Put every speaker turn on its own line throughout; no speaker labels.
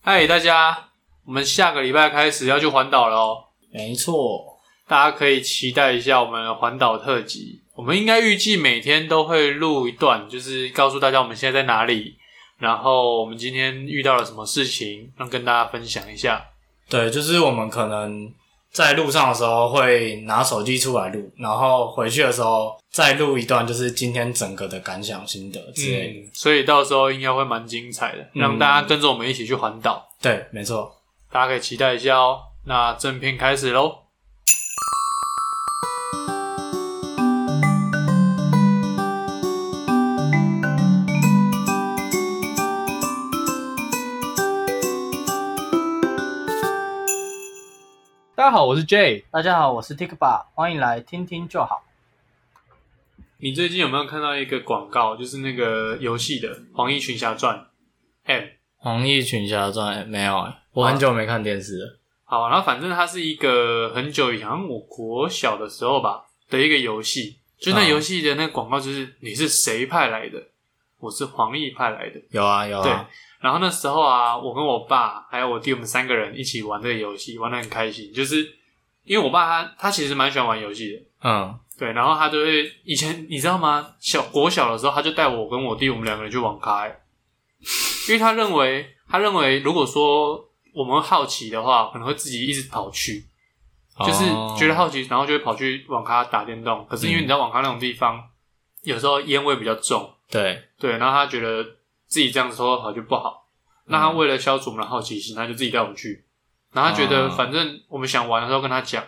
嗨，大家，我们下个礼拜开始要去环岛了哦，
没错，
大家可以期待一下我们的环岛特辑。我们应该预计每天都会录一段，就是告诉大家我们现在在哪里，然后我们今天遇到了什么事情，让跟大家分享一下。
对，就是我们可能在路上的时候会拿手机出来录，然后回去的时候再录一段，就是今天整个的感想心得之类的。
嗯，所以到时候应该会蛮精彩的，让大家跟着我们一起去环岛，
对，没错。
大家可以期待一下哦。那正片开始喽。大家好，我是 J。
大家好，我是 Tikba，欢迎来听听就好。
你最近有没有看到一个广告，就是那个游戏的《黄衣群侠传》M？
黄奕群侠传欸没有、欸，我很久没看电视了。
好，然后反正它是一个很久以前，好像我国小的时候吧的一个游戏，就那
嗯
游戏的那个广告就是你是谁派来的，我是黄奕派来的。
有啊有
对
啊，
然后那时候啊，我跟我爸还有我弟，我们三个人一起玩这个游戏，玩的很开心。就是因为我爸他他其实蛮喜欢玩游戏的，
嗯，
对，然后他就会以前你知道吗？小国小的时候，他就带我跟我弟我们两个人去网咖、欸因为他认为他认为如果说我们好奇的话，可能会自己一直跑去，
哦
就是觉得
好，
好奇，然后就会跑去网咖打电动。可是因为
嗯
你知道网咖那种地方，有时候烟味比较重，
对，
对，然后他觉得自己这样子偷偷跑就不好。那
嗯
他为了消除我们的好奇心，他就自己带我们去。然后他觉得
哦
反正我们想玩的时候跟他讲，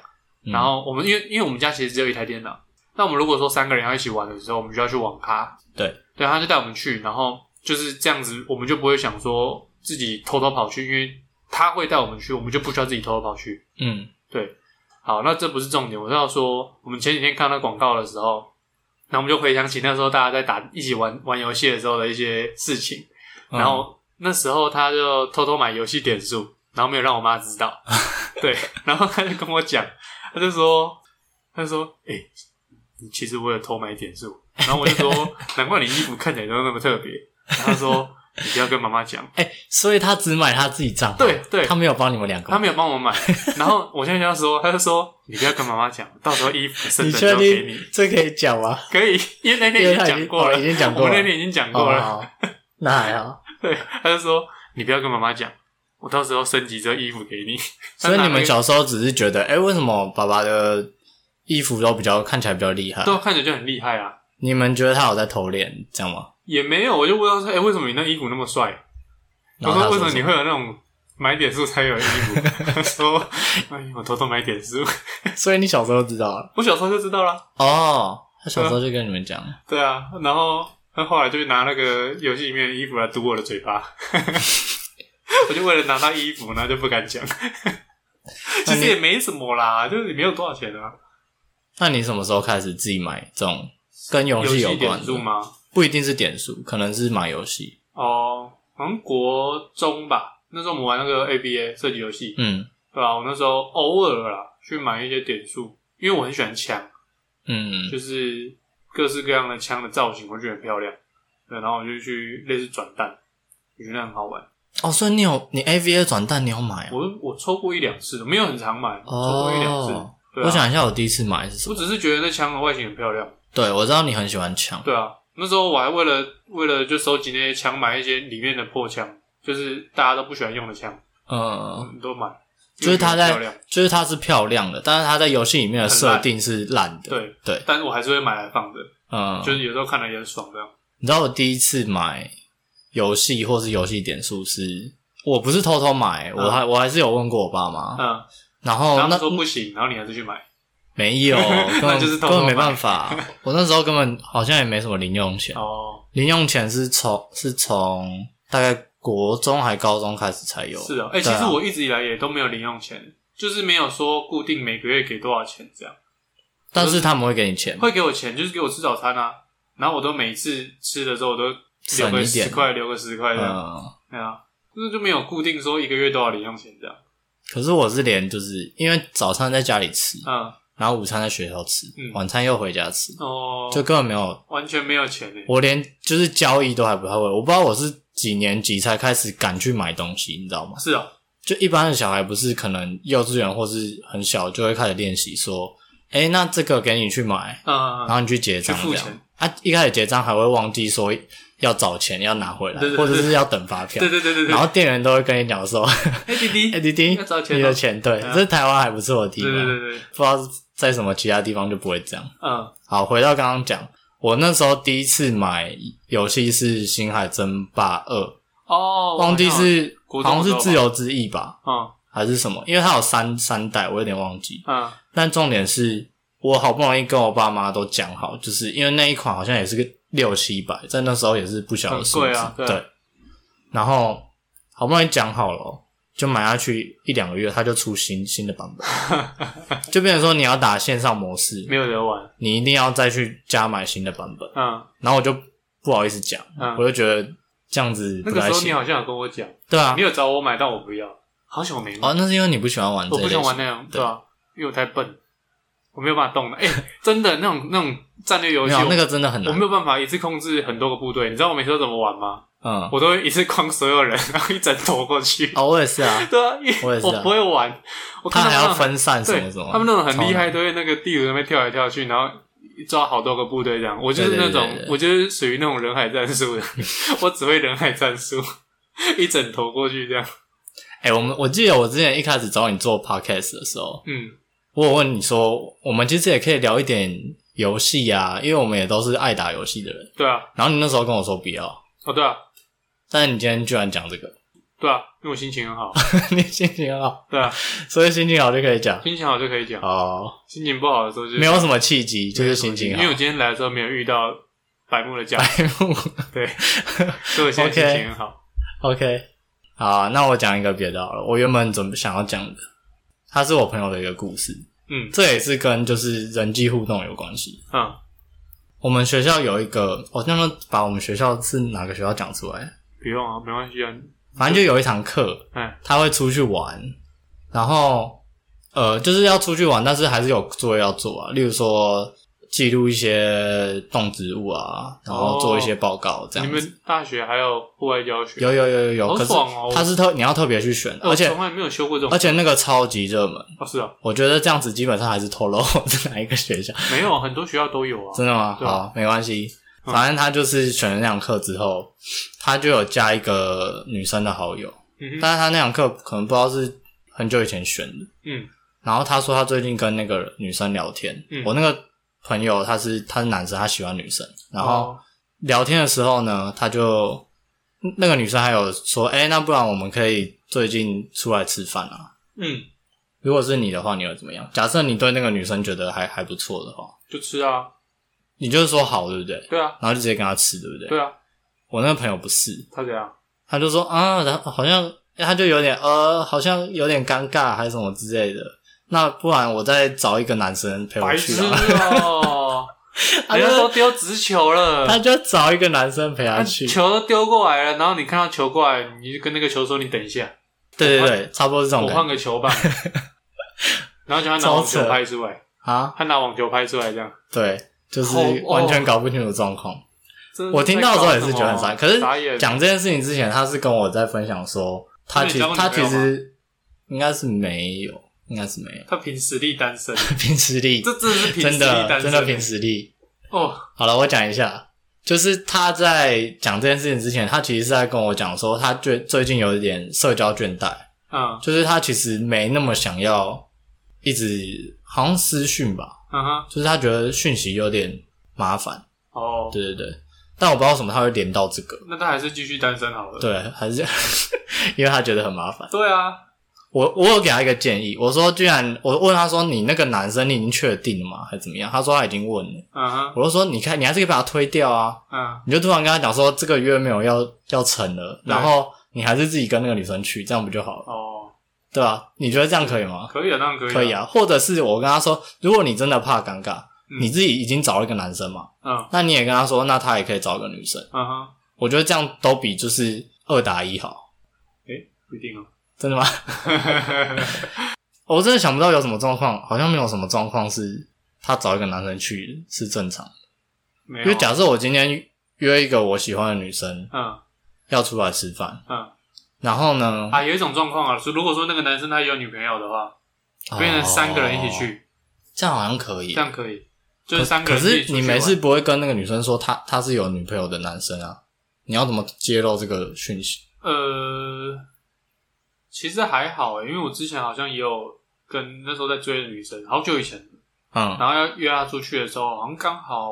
嗯
然后我们因为因为我们家其实只有一台电脑，那我们如果说三个人要一起玩的时候，我们就要去网咖。
对，
对，他就带我们去，然后就是这样子，我们就不会想说自己偷偷跑去，因为他会带我们去，我们就不需要自己偷偷跑去。
嗯，
好，那这不是重点，我是要说，我们前几天看到广告的时候，然后我们就回想起那时候大家在打一起玩玩游戏的时候的一些事情，
嗯
然后那时候他就偷偷买游戏点数，然后没有让我妈知道，对，然后他就跟我讲，他就说，他就说，哎、你其实我有偷买点数，然后我就说，难怪你衣服看起来都那么特别，然后他说，你不要跟妈妈讲，
哎、所以他只买他自己账号，
对对
他没有帮你们两个
他
买，
没有帮 我买，然后我现在就要说，他就说你不要跟妈妈讲，到时候衣服剩
你
的
确
就给你
定。这可以讲吗？
可以，因为那天已经讲过了，
因为他已经哦已经讲过
我
了
那天已经讲
哦
过了。
好那还好，
对，他就说你不要跟妈妈讲，我到时候升级这衣服给你。
所以你们
小
小时候只是觉得，哎、为什么爸爸的衣服都比较看起来比较厉害？
都看起来就很厉害啊，
你们觉得他有在偷练，这样吗？
也没有，我就问他说，哎、为什么你那衣服那么帅？我
然后他
说为什么
什
你会有那种买点数才有的衣服？ 他说，哎，我偷偷买点数，
所以你小时候知道了
我小时候就知道啦。
哦。他小时候就跟你们讲，
对啊，然后他后来就拿那个游戏里面的衣服来堵我的嘴巴。 我就为了拿到衣服，然后就不敢 讲。其实也没什么啦，就是也没有多少钱啊。
那你什么时候开始自己买这种跟游戏有
点
关
数
的？
吗？
不一定是点数，可能是买游戏。
哦，好像国中吧，那时候我们玩那个 ABA 射击游戏，
嗯
对吧、我那时候偶尔啦去买一些点数，因为我很喜欢枪，
嗯
就是各式各样的枪的造型，我觉得很漂亮。对，然后我就去类似转蛋，我觉得很好玩。
哦，所以你有你 AVA 转蛋，你有买、啊？
我我抽过一两次，没有很常买，抽过一两次。
哦，
对
我
啊，
想一下，我第一次买是什
我
么？
只是觉得那枪的外形很漂亮。
对，我知道你很喜欢抢。
对啊，那时候我还为了为了就收集那些枪，买一些里面的破枪，就是大家都不喜欢用的枪。
嗯，
你都买，
就是它
因为觉得漂亮
在，就是它是漂亮的，但是它在游戏里面的设
很
定是烂的。
对，
对，
但是我还是会买来放着，
嗯，
就是有时候看了也很爽这样。
你知道我第一次买游戏或是游戏点数是，我不是偷偷买，我还我还是有问过我爸妈，
嗯，
然后
然后
哦那
他说不行，然后你还是去买。
没 有，根
那
本
就是偷
根
偷买
本没 办法，我那时候根本好像也没什么零用钱，
哦，
零用钱是从是从大概国中还高中开始才有，
是啊，哎，其
对
实我一直以来也都没有零用钱，就是没有说固定每个月给多少钱这样，
但是他们会给你钱，
会给我钱就是给我吃早餐啊，然后我都每次吃的时候我都留
省
个
一点
十块，留个十块这样，
嗯。
对啊，就是就没有固定说一个月多少零用钱这样。
可是我是连就是因为早餐在家里吃，
嗯，
然后午餐在学校吃，
嗯
晚餐又回家吃，
哦，
就根本没有
完全没有钱诶。欸
我连就是交易都还不太会，我不知道我是几年级才开始敢去买东西，你知道吗？
是哦，
就一般的小孩不是可能幼稚园或是很小就会开始练习说，哎、那这个给你去买，
嗯
然，后你去结账
去付
这样
钱。
啊，一开始结账还会忘记说要找钱要拿回来，
对对
或者
对
是要等发票
对，对对对对
然，后店员都会跟你讲说，
哎弟弟
哎、，弟弟，
要找钱哦
你的钱，对，
对啊
这是台湾还不错的地
对
方，
对对对，
不知道在什么其他地方就不会这样。
嗯
好，回到刚刚讲，我那时候第一次买游戏是《星海争霸二》，
哦，
忘记是
国中
好
的时
像是
候
自由之翼吧，
嗯
还是什么？因为它有三三代，我有点忘记。
嗯
但重点是我好不容易跟我爸妈都讲好，就是因为那一款好像也是个六七百，在那时候也是不小的数
很贵
字，
啊对啊
对。然后好不容易讲好了哦，就买下去一两个月，它就出新新的版本， 就变成说你要打线上模式，
没有人玩，
你一定要再去加买新的版本。
嗯
然后我就不好意思讲，
嗯
我，就觉得这样子
那
不
个
太
时候你
行，
好像有跟我讲，
对啊
你。有找我买，但我不要，好久没买
哦，，那是因为你不喜欢玩这
我
一
不
类
想
型，
玩那种，
对
对吧、因为我太笨，我没有办法动的。哎、真的那种那种战略游
没
戏，
有
我
那个真的很
我
难
没。有办法一次控制很多个部队。你知道我每次都怎么玩吗？
嗯，
我都会一次框所有人，然后一整头过去。
哦，我也是啊，
对啊，因为
我也是啊
不会玩，我
他
看到
还
那
要
种
分散什
对
么什么，
他们那种很厉害，
超难。
都会那个地图那边跳来跳去，然后。抓好多个部队这样，我就是
对对
那
对
种，
对对
我就是属于那种人海战术的， 我只会人海战术，一整头过去这样。
哎、我们我记得我之前一开始找你做 podcast 的时候，
嗯，
我有问你说，我们其实也可以聊一点游戏啊，因为我们也都是爱打游戏的人。
对啊，
然后你那时候跟我说不要，
哦对啊，
但是你今天居然讲这个，
对啊，因为我心情很好，
你心情很好，
对啊，
所以心情好就可以讲。
心情好就可以讲，
哦，
心情不好的时候就
没有什么契机，就是心情好。
因为我今天来的时候没有遇到白木的家，对，所以我现在
OK
心情很好。
OK，好啊、那我讲一个别的好了。我原本准备想要讲的，它是我朋友的一个故事，
嗯
这也是跟就是人际互动有关系。
嗯，
我们学校有一个，我刚刚把我们学校是哪个学校讲出来，
不用啊，没关系啊。
反正就有一堂课，
哎，
他会出去玩，然后呃，就是要出去玩，但是还是有作业要做啊，例如说记录一些动植物啊，然后做一些报告这
哦你
样子。
们大学还有户外教学？
有有有有有，
好
可是
爽哦
他是特你要特别去选，
哎，
而且
我从来没有修过这种
而。且那个超级热门，
哦，是啊，
我觉得这样子基本上还是透露 我是哪一个学校。
没有，很多学校都有啊。
真的吗？
对啊
好，没关系。
嗯
反正他就是选了那堂课之后，他就有加一个女生的好友，
嗯哼
但是他那堂课可能不知道是很久以前选的。
嗯
然后他说他最近跟那个女生聊天，
嗯
我那个朋友他是他是男生，他喜欢女生。然后
哦
聊天的时候呢，他就那个女生还有说：“哎、那不然我们可以最近出来吃饭啊？
嗯，
如果是你的话，你会怎么样？假设你对那个女生觉得还还不错的话，
就吃啊，
你就是说好，对不对？
对啊，
然后就直接跟他吃，对不对？
对啊，
我那个朋友不是，
他怎样？
他就说啊，然后好像他就有点呃，好像有点尴尬还是什么之类的。那不然我再找一个男生陪我
白
去
痴
啊，
哦！
他
人家都
就
丢直球了，
他就找一个男生陪他
那
去。
球都丢过来了，然后你看到球过来，你就跟那个球说：“你等一下，
对对对，差不多是这种
我换
感觉
个球 吧。”然后就他拿网球
超扯
拍出来，
啊。
他拿网球拍出来这样。
对，就是
好哦
完全搞不清楚状况。
真
我
是在
听到的时候也是
搞
觉
什
得
么啊
很傻眼。可是
傻眼
讲这件事情之前，他是跟我在分享说，他
那你
其实
交过女
他
朋
其
友吗
实应该是没有，应该是没有，
他凭实力单身，
凭实力，
这真的是凭实
真
力
的
单身，
真的凭实力。
哦，
好了，我讲一下，就是他在讲这件事情之前，他其实是在跟我讲说，他最最近有一点社交倦怠，
嗯
就是他其实没那么想要一直好像私讯吧，
嗯哼，
就是他觉得讯息有点麻烦，
哦，
对对对，但我不知道为什么他会连到这个，
那他还是继续单身好了。
对，还是 因为他觉得很麻烦。
对啊，
我我有给他一个建议，我说居然我问他说你那个男生你已经确定了吗，还是怎么样？他说他已经问了，
嗯哼，
我就说你看你还是可以把他推掉啊，
嗯，
你就突然跟他讲说这个约没有要要成了，
对
然后你还是自己跟那个女生去，这样不就好了，
哦，
对吧、你觉得这样可以吗？
可以啊，当然可以，
可以，啊，或者是我跟他说，如果你真的怕尴尬，
嗯
你自己已经找了一个男生嘛，
嗯
那你也跟他说，那他也可以找一个女生，
嗯哼，
我觉得这样都比就是二打一好，
不一定哦，
真的吗？哦我真的想不到有什么状况，好像没有什么状况是他找一个男生去是正常的，
没
因
有啊
为，假设我今天约一个我喜欢的女生，
嗯
要出来吃饭，
嗯
然后呢，
啊，有一种状况啊，是如果说那个男生他有女朋友的话，啊变成三个人一起
哦，
去，
这样好像可以
这。样可以，就是三个
可
人一起出
是
去
你
玩
每次不会跟那个女生说他他是有女朋友的男生啊，你要怎么揭露这个讯息？
呃，其实还好欸，因为我之前好像也有跟那时候在追的女生，好久以前，
嗯，
然后要约她出去的时候，好像刚好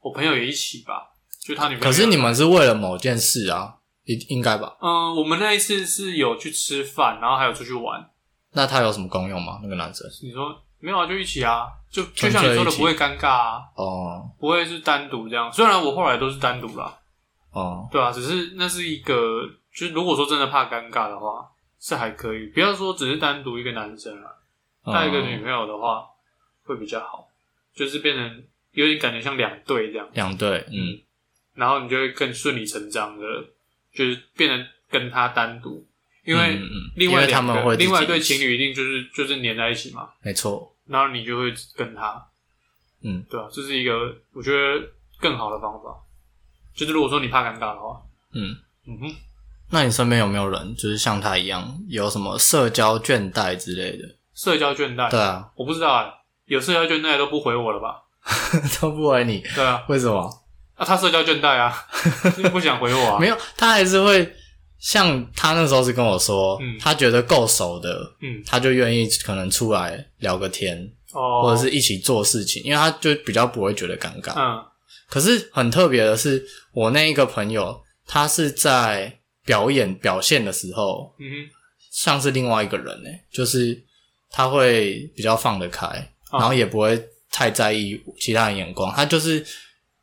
我朋友也一起吧，就他女朋友。
可是你，们是为了某件事啊，应应该吧？
嗯、我们那一次是有去吃饭，然后还有出去玩。
那他有什么功用吗？那个男生？
你说没有啊？就一起啊，就就
纯粹
像你说的，
一起
不会尴尬啊，
哦
不会是单独这样。虽然我后来都是单独啦，
哦，
对啊，只是那是一个，就是如果说真的怕尴尬的话，是还可以。不要说只是单独一个男生啊，带一个女
嗯
朋友的话会比较好，就是变成有点感觉像两对这样，
两对，嗯，
然后你就会更顺理成章的，就是变成跟他单独，因为
嗯嗯嗯
另外
因为他
两个
们会自己
另外一对情侣一定就是就是黏在一起嘛，
没错，
然后你就会跟他，
嗯，
对啊，这是一个我觉得更好的方法，就是如果说你怕尴尬的话，
嗯。
嗯哼，
那你身边有没有人就是像他一样有什么社交倦怠之类的？
社交倦怠，
对啊，
我不知道啊、有社交倦怠都不回我了吧？
都不回你，
对啊，
为什么？
啊，他社交倦怠啊，就是不想回我啊，
没有，他还是会像他那时候是跟我说，
嗯
他觉得够熟的，
嗯，
他就愿意可能出来聊个天，
哦，
或者是一起做事情，因为他就比较不会觉得尴尬。
嗯，
可是很特别的是，我那一个朋友，他是在表演表现的时候，
嗯
像是另外一个人呢、就是他会比较放得开，
哦
然后也不会太在意其他人眼光。他就是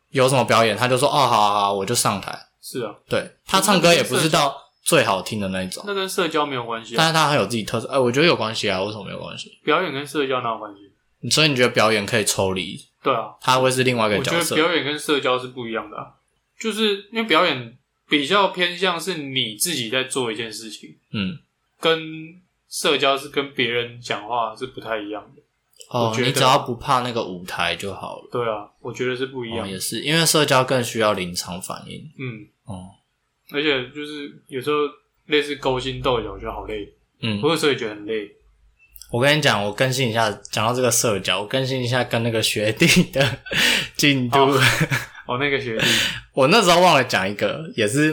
有什么表演，他就说哦，好好好，我就上台。
哼，是啊，
对他唱歌也不是到最好听的那一种，
那跟社交没有关系
但
啊，
是他很有自己特色。哎、我觉得有关系啊，为什么没有关系？
表演跟社交哪有关系？
所以你觉得表演可以抽离，
对啊，
他会是另外一个
我觉
角
得
色？
表演跟社交是不一样的、啊，就是因为表演比较偏向是你自己在做一件事情，
嗯，
跟社交是跟别人讲话是不太一样的。
哦
我，觉得
你只要不怕那个舞台就好了。
对啊，我觉得是不一
哦，
样的。
也是，因为社交更需要临场反应。
嗯，
哦，
而且就是有时候类似勾心斗角，我觉得好累，
嗯，
我有时候也觉得很 累。
我跟你讲，我更新一下，讲到这个社交，我更新一下跟那个学弟的进度。
哦哦，那个学弟，
我那时候忘了讲一个，也是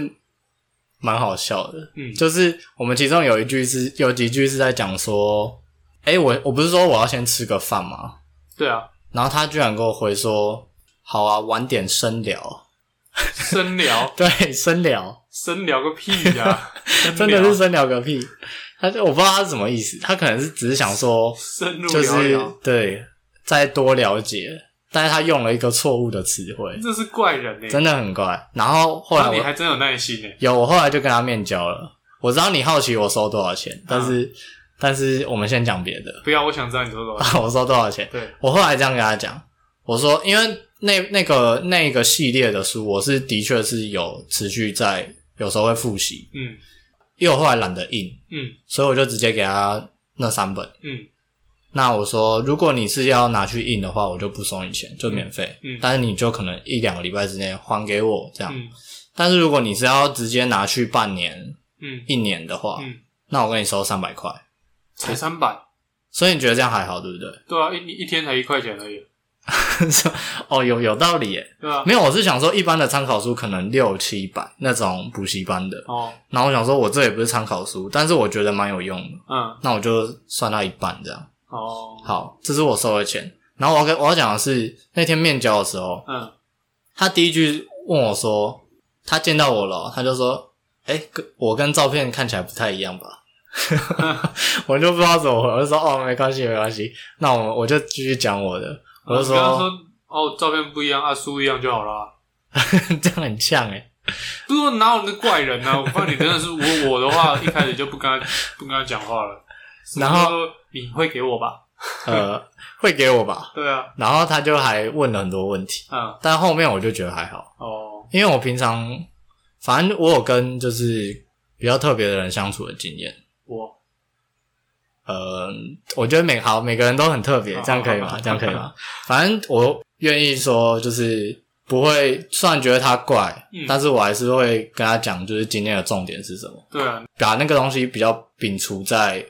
蛮好笑的，
嗯，
就是我们其中有一句是有几句是在讲说，哎、我我不是说我要先吃个饭吗？
对啊，
然后他居然给我回说，好啊，晚点深聊。
深聊，
对，深聊，
深聊个屁呀、 深
真的
聊
是深聊个屁。他就我不知道他是什么意思，他可能是只是想说，
深入
就
聊
是
聊。
对，再多了解，但是他用了一个错误的词汇，
这是怪人呢、欸，
真的很怪。然后后来
那你
我
还真有耐心欸呢、
有，我后来就跟他面交了。我知道你好奇我收多少
嗯
钱，但是、但是我们先讲别的。
不要，我想知道你说什么。
我收多少钱？
对，
我后来这样跟他讲，我说因为那那个那个系列的书，我是的确是有持续在，有时候会复习，
嗯
因为我后来懒得印，
嗯
所以我就直接给他那三本。
嗯
那我说，如果你是要拿去印的话，我就不收你钱，就免费。
嗯嗯
但是你就可能一两个礼拜之内还给我这样。
嗯
但是如果你是要直接拿去半年、
嗯
一年的话，
嗯，
那我跟你收三百块。
才三百，
所以你觉得这样还好，对 不对？
对啊，一一天才一块钱而已，
哦，有有道理耶。
对啊。
没有，我是想说，一般的参考书可能六七百那种补习班的。
哦，
然后我想说，我这也不是参考书，但是我觉得蛮有用的，
嗯，
那我就算它一半这样。
哦，
好，这是我收的钱。然后我要跟我要讲的是，那天面交的时候，
嗯，
他第一句问我说，他见到我了，他就说，哎、跟我跟照片看起来不太一样吧？ 我就不知道怎么回，我就说哦，没关系，没关系，那我我就继续讲我的，我就
你刚刚说哦，照片不一样啊，书一样就好啦。
这样很像哎、
不是说哪有那怪人呢、啊？我怕你真的是我我的话，一开始就不跟他不跟他讲话了。
然后
什么时候你会给我吧？
呃，会给我吧。
对啊，
然后他就还问了很多问题，
嗯，
但后面我就觉得还好，
哦，
因为我平常反正我有跟就是比较特别的人相处的经验，
我
呃，我觉得每好每个人都很特别
好，
这样可以
好好
吗？
好
这样可以吗？反正我愿意说，就是不会，虽然觉得他怪，
嗯
但是我还是会跟他讲，就是今天的重点是什么，
对啊，
把那个东西比较摒除在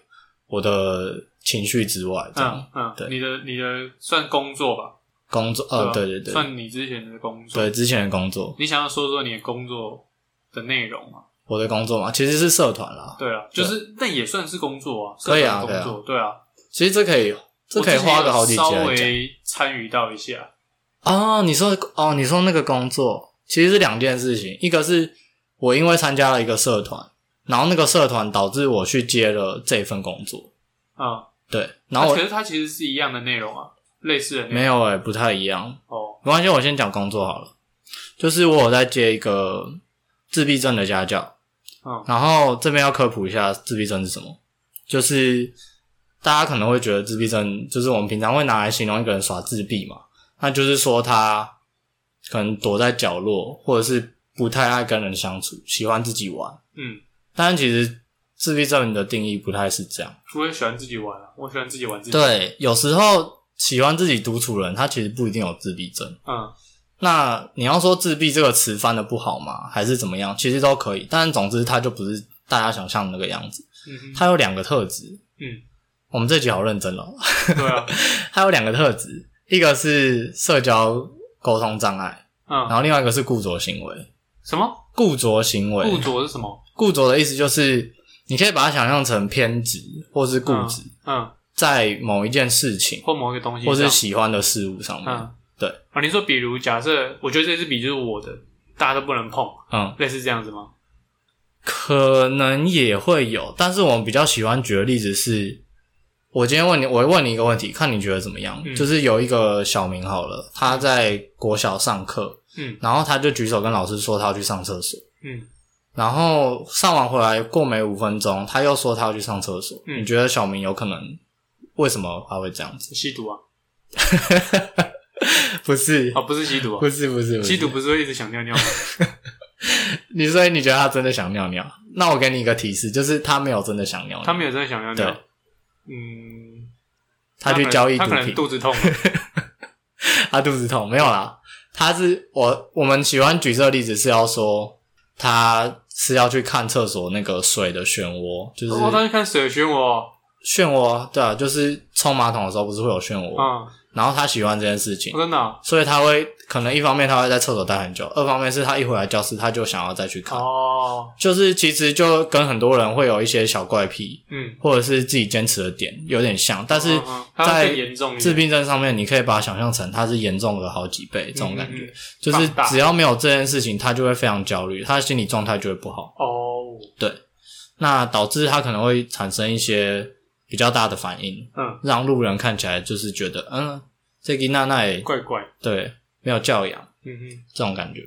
我的情绪之外，这样、
嗯嗯
对，
你的你的算工作吧？
工作，
吧
呃，对对对，
啊算你之前的工作。
对之前的工作，
你想要说说你的工作的内容吗？
我的工作嘛，其实是社团啦，
对啊，就是那也算是工作啊，
可以啊
社团工作，对啊，
其实这可以，这可以花个好几集
我之前有稍
来讲
微参与到一下，
啊、你说哦，你说那个工作其实是两件事情，一个是我因为参加了一个社团，然后那个社团导致我去接了这份工作，
嗯，
对，然后
啊
我
可是它其实是一样的内容啊，类似的内容
没有诶、不太一样，
哦，
没关系，我先讲工作好了。就是我有在接一个自闭症的家教，
嗯
然后这边要科普一下自闭症是什么。就是大家可能会觉得自闭症，就是我们平常会拿来形容一个人耍自闭嘛，那就是说他可能躲在角落，或者是不太爱跟人相处，喜欢自己玩。
嗯，
但其实自闭症的定义不太是这样。
我也喜欢自己玩啊，我喜欢自己玩自己，，
对，有时候喜欢自己独处的人，他其实不一定有自闭症。
嗯
那你要说自闭这个词翻的不好吗？还是怎么样？其实都可以，但总之它就不是大家想象的那个样子。
嗯哼，
它有两个特质，
嗯，
我们这集好认真哦。
对啊，
它有两个特质，一个是社交沟通障碍，然
嗯，
后另外一个是固着行为。
什么
固着行为，
固着是什么？
固着的意思就是你可以把它想象成偏执或是固执，
嗯，
在某一件事情
或某一个东西
或
上，
是喜欢的事物上面。
嗯
对，
啊，你说比如假设，我觉得这支笔就是我的，大家都不能碰，
嗯
类似这样子吗？
可能也会有，但是我们比较喜欢举的例子是，我今天问你，我会问你一个问题，看你觉得怎么样？
嗯
就是有一个小明好了，他在国小上课，
嗯
然后他就举手跟老师说他要去上厕所，
嗯
然后上完回来过没五分钟，他又说他要去上厕所。
嗯
你觉得小明有可能为什么他会 这样子？
吸毒啊？
不是，
哦，不是吸毒啊
不，是，不是，不是
吸毒不是会一直想尿 尿吗？
你所以你觉得他真的想尿尿？那我给你一个提示，就是他没有真的想尿尿，
他没有真的想尿
对
尿，嗯，
他去
可能
交易毒
他可能
品。
肚子痛了，
他肚子痛没有啦，他是我我们喜欢举这个例子是要说他是要去看厕所那个水的漩涡， 就是
我当时哦看水漩涡，
漩涡，对啊，就是冲马桶的时候不是会有漩涡，
嗯，
然后他喜欢这件事情
我，真的啊
所以他会可能一方面他会在厕所待很久，二方面是他一回来教室他就想要再去看，
哦，
就是其实就跟很多人会有一些小怪癖
嗯，
或者是自己坚持的点有点像，但是
嗯嗯它
在
更严重一
自
点，
闭症上面，你可以把它想象成它是严重了好几倍这种感觉。
嗯嗯嗯
就是
放大
只要没有这件事情，他就会非常焦虑，他的心理状态就会不好，
哦，
那导致他可能会产生一些比较大的反应，
嗯，
让路人看起来就是觉得，嗯，这个娜娜也
怪怪，
对没有教养
嗯哼，
这种感觉，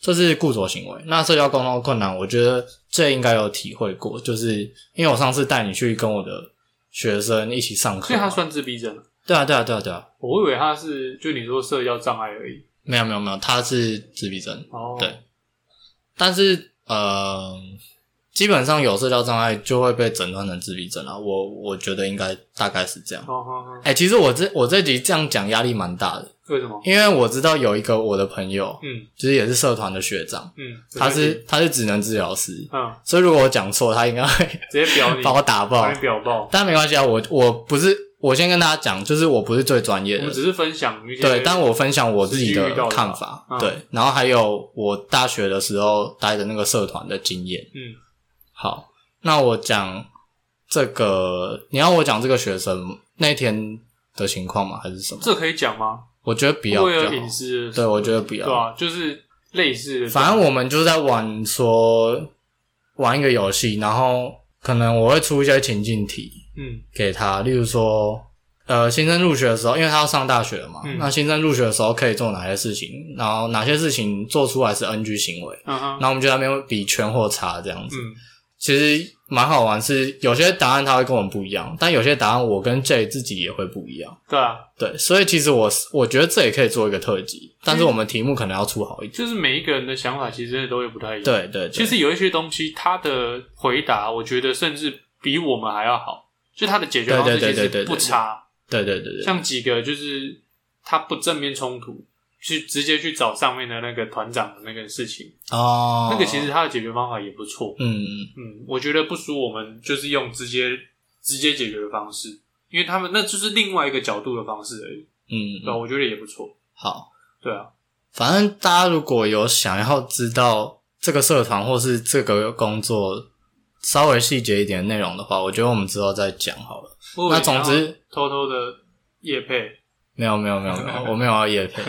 这是固着行为。那社交沟通困难，我觉得这应该有体会过，就是因为我上次带你去跟我的学生一起上课
所以
嘛，
他算自闭症了，
对啊，对啊，对啊，对啊，
我以为他是就你说社交障碍而已，
没有没有没有，他是自闭症。
哦，
对，但是呃，基本上有社交障碍就会被诊断成自闭症啊。我我觉得应该大概是这样。
哦哦，哦
哎、其实我这我这集这样讲压力蛮大的，
为什么？
因为我知道有一个我的朋友，
嗯
就是也是社团的学长，
嗯，
他
没问
是
题
他是职能治疗师，
嗯，
所以如果我讲错，他应该会
直接 表你，
把我打爆
把。你表爆，
但没关系啊，我我不是我先跟大家讲，就是我不是最专业
我
的
们，只是分享一些，
对，但我分享我自己
实际遇到的吧
看法，
嗯
对，然后还有我大学的时候待的那个社团的经验。
嗯
好，那我讲这个，你要我讲这个学生那天的情况吗？还是什么？
这可以讲吗？
我觉得不要比
为
较
了
好
隐私，
对，我觉得不
对
要。
啊，就是类似的，
反正我们就是在玩说玩一个游戏，然后可能我会出一些情境题
嗯
给他，例如说。呃，新生入学的时候，因为他要上大学了嘛，
嗯
那新生入学的时候可以做哪些事情？然后哪些事情做出来是 NG 行为？
嗯哼
然后我们就在那边比圈或叉这样子。
嗯
其实蛮好玩，是有些答案他会跟我们不一样，但有些答案我跟 J 自己也会不一样。
对啊，
对，所以其实我是我觉得这也可以做一个特辑，但是我们题目可能要出好一点。
就是每一个人的想法其实都会不太一样。，
对对对，
其实有一些东西，他的回答我觉得甚至比我们还要好，就他的解决方式
对对
其
对对
实
对对
不差。
对对对对，
像几个就是他不正面冲突，去直接去找上面的那个团长的那个事情，
哦，
那个其实他的解决方法也不错。
嗯，
嗯，我觉得不输我们就是用直接直接解决的方式，因为他们那就是另外一个角度的方式而已。
嗯
对、
嗯，
吧？我觉得也不错。
好，
对啊，
反正大家如果有想要知道这个社团或是这个工作稍微细节一点的内容的话，我觉得我们之后再讲好了。
我以为
那总
你要
之
偷偷的夜配，
没有没有没有没有，我没有要夜配。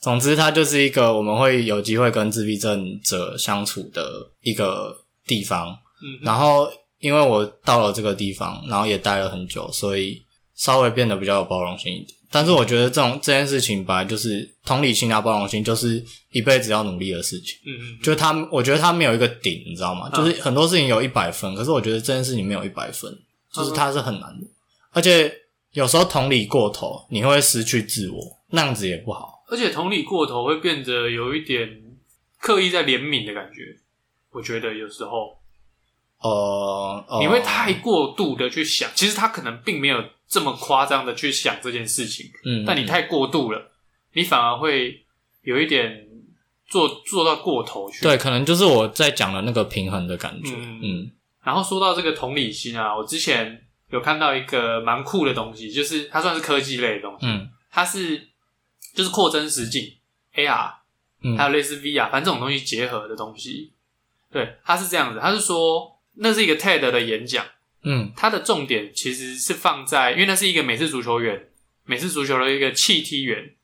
总之，它就是一个我们会有机会跟自闭症者相处的一个地方。
嗯哼，
然后因为我到了这个地方，然后也待了很久，所以稍微变得比较有包容性一点。但是我觉得这种这件事情本来就是同理心啊，包容心就是一辈子要努力的事情。
嗯嗯，
就他，我觉得他没有一个顶，你知道吗？就是很多事情有一百分，可是我觉得这件事情没有一百分，
嗯
就是它是很难的。而且有时候同理过头，你会失去自我，那样子也不好。
而且同理过头会变得有一点刻意在怜悯的感觉。我觉得有时候
呃，呃
你会太过度的去想，其实他可能并没有这么夸张的去想这件事情，
嗯，
但你太过度了，你反而会有一点做做到过头去。
对，可能就是我在讲的那个平衡的感觉。
嗯
嗯
然后说到这个同理心啊，我之前有看到一个蛮酷的东西，就是它算是科技类的东西，
嗯
它是就是扩增实境 AR，
嗯，
还有类似 VR，反正这种东西结合的东西。对，它是这样子，它是说那是一个 TED 的演讲，
嗯
它的重点其实是放在，因为那是一个美式足球员，美式足球的一个气踢员，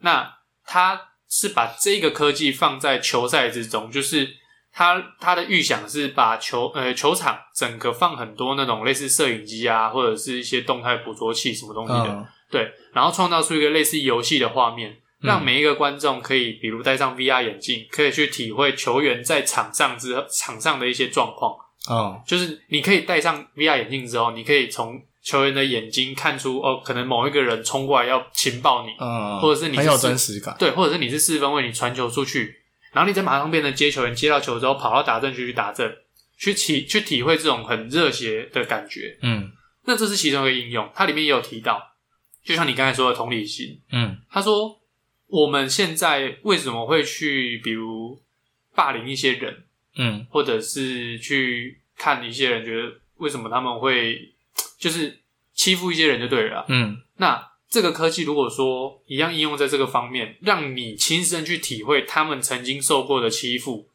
那他是把这个科技放在球赛之中，就是他他的预想是把球呃球场整个放很多那种类似摄影机啊，或者是一些动态捕捉器什么东西的，
嗯
对，然后创造出一个类似游戏的画面，让
嗯
每一个观众可以，比如戴上 VR 眼镜，可以去体会球员在场上之场上的一些状况。
哦
就是你可以戴上 VR 眼镜之后，你可以从球员的眼睛看出，哦，可能某一个人冲过来要情报你，
嗯，
或者是你
很有
是
真实感。
对，或者是你是四分卫，你传球出去，然后你再马上变成接球员，接到球之后跑到打阵区去打阵，去体去体会这种很热血的感觉。
嗯
那这是其中一个应用，它里面也有提到，就像你刚才说的同理心，
嗯
他说我们现在为什么会去，比如霸凌一些人，
嗯
或者是去看一些人，觉得为什么他们会就是欺负一些人就对了啊。
嗯
那这个科技如果说一样应用在这个方面，让你亲身去体会他们曾经受过的欺负，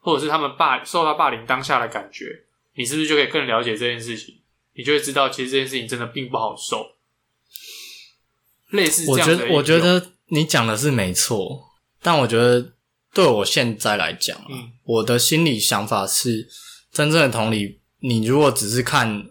或者是他们霸受到霸凌当下的感觉，你是不是就可以更了解这件事情？你就会知道，其实这件事情真的并不好受。类似
我
这样的
觉
应
得
用，
我觉得你讲的是没错，但我觉得对我现在来讲啊、
嗯
我的心理想法是，真正的同理，你如果只是看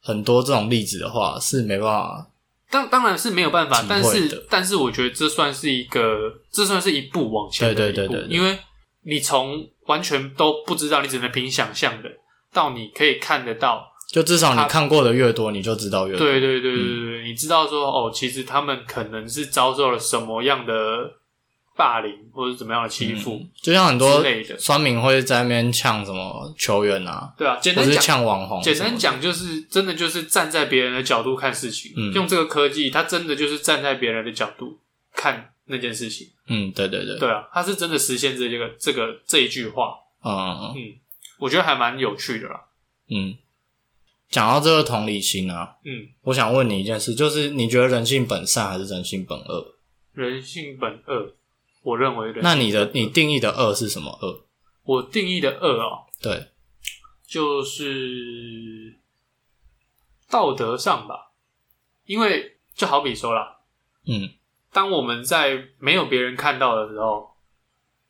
很多这种例子的话，是没办法。
当当然是没有办法
体，
但
会的
是但是我觉得这算是一个，这算是一步往前的
对
一步，
对对对对
因为你从完全都不知道，你只能凭想象的，到你可以看得到，
就至少你看过的越多，你就知道越多。
对对对对对对，你知道说哦，其实他们可能是遭受了什么样的霸凌或者怎么样的欺负，
就像很多
之类的
酸民会在那边呛什么球员啊，
对啊，简
或
单
是
讲。
呛网红什么
简
的，
单讲就是，真的就是站在别人的角度看事情，
嗯
用这个科技，它真的就是站在别人的角度看那件事情。
嗯，对对对，
对啊，他是真的实现这个这个这一句话，
嗯
我觉得还蛮有趣的啦。
嗯，讲到这个同理心啊，
嗯，
我想问你一件事，就是你觉得人性本善还是人性本恶？
人性本恶，我认为人性
那你的
本恶
你定义的恶是什么恶？
我定义的恶哦，
对，
就是道德上吧，因为就好比说啦，
嗯
当我们在没有别人看到的时候，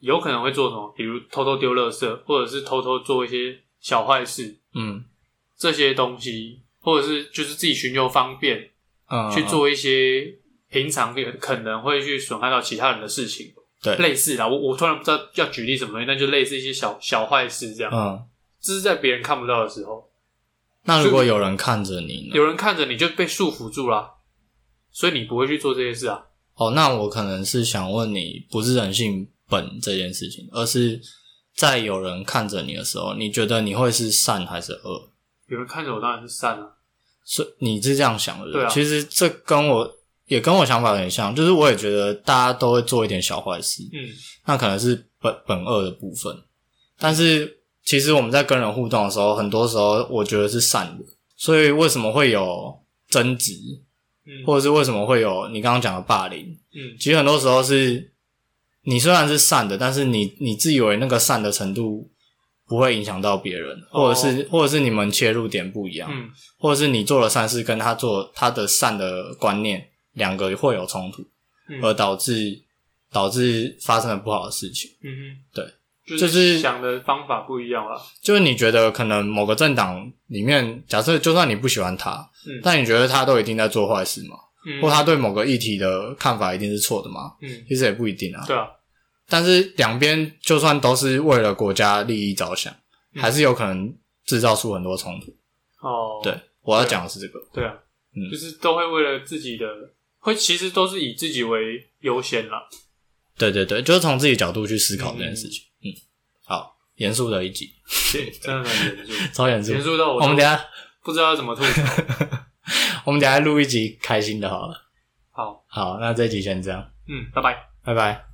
有可能会做什么，比如偷偷丢垃圾，或者是偷偷做一些小坏事，
嗯
这些东西，或者是就是自己寻求方便，
嗯，
去做一些平常可能会去损害到其他人的事情，
对
类似啦。我我突然不知道要举例什么东西，但就类似一些小小坏事这样。
嗯。
这是在别人看不到的时候，
那如果有人看着你呢？
有人看着你就被束缚住啦，所以你不会去做这些事啊。
哦，那我可能是想问你，不是人性本这件事情，而是在有人看着你的时候，你觉得你会是善还是恶？
有人看着我当然是善啊，
是你是这样想的，
对啊
其实这跟我也跟我想法很像，就是我也觉得大家都会做一点小坏事，
嗯
那可能是本本恶的部分。但是其实我们在跟人互动的时候，很多时候我觉得是善的，所以为什么会有争执，
嗯
或者是为什么会有你刚刚讲的霸凌？
嗯
其实很多时候是，你虽然是善的，但是你你自以为那个善的程度不会影响到别人，或者是、或者是你们切入点不一样，
哦嗯
或者是你做了善事跟他做他的善的观念两个会有冲突，
嗯
而导致导致发生了不好的事情。
嗯哼，
对，
就
就是
想的方法不一样了。
就是你觉得可能某个政党里面，假设就算你不喜欢他，
嗯
但你觉得他都一定在做坏事吗？
嗯
或他对某个议题的看法一定是错的吗？
嗯，
其实也不一定啊。
对啊，
但是两边就算都是为了国家利益着想，
嗯
还是有可能制造出很多冲突。
哦，
对，我要讲的是这个。
对啊，
嗯
就是都会为了自己的，会其实都是以自己为优先啦。
对对对，就是从自己角度去思考这件事情。嗯，好，严肃的一集，
真的很 严肃，
超严肃。
严肃到我
我
都
们等一下，
不知道要怎么吐槽。
我们等一下录一集开心的好了。
好，
好，那这一集先这样，
嗯，拜拜。
拜拜。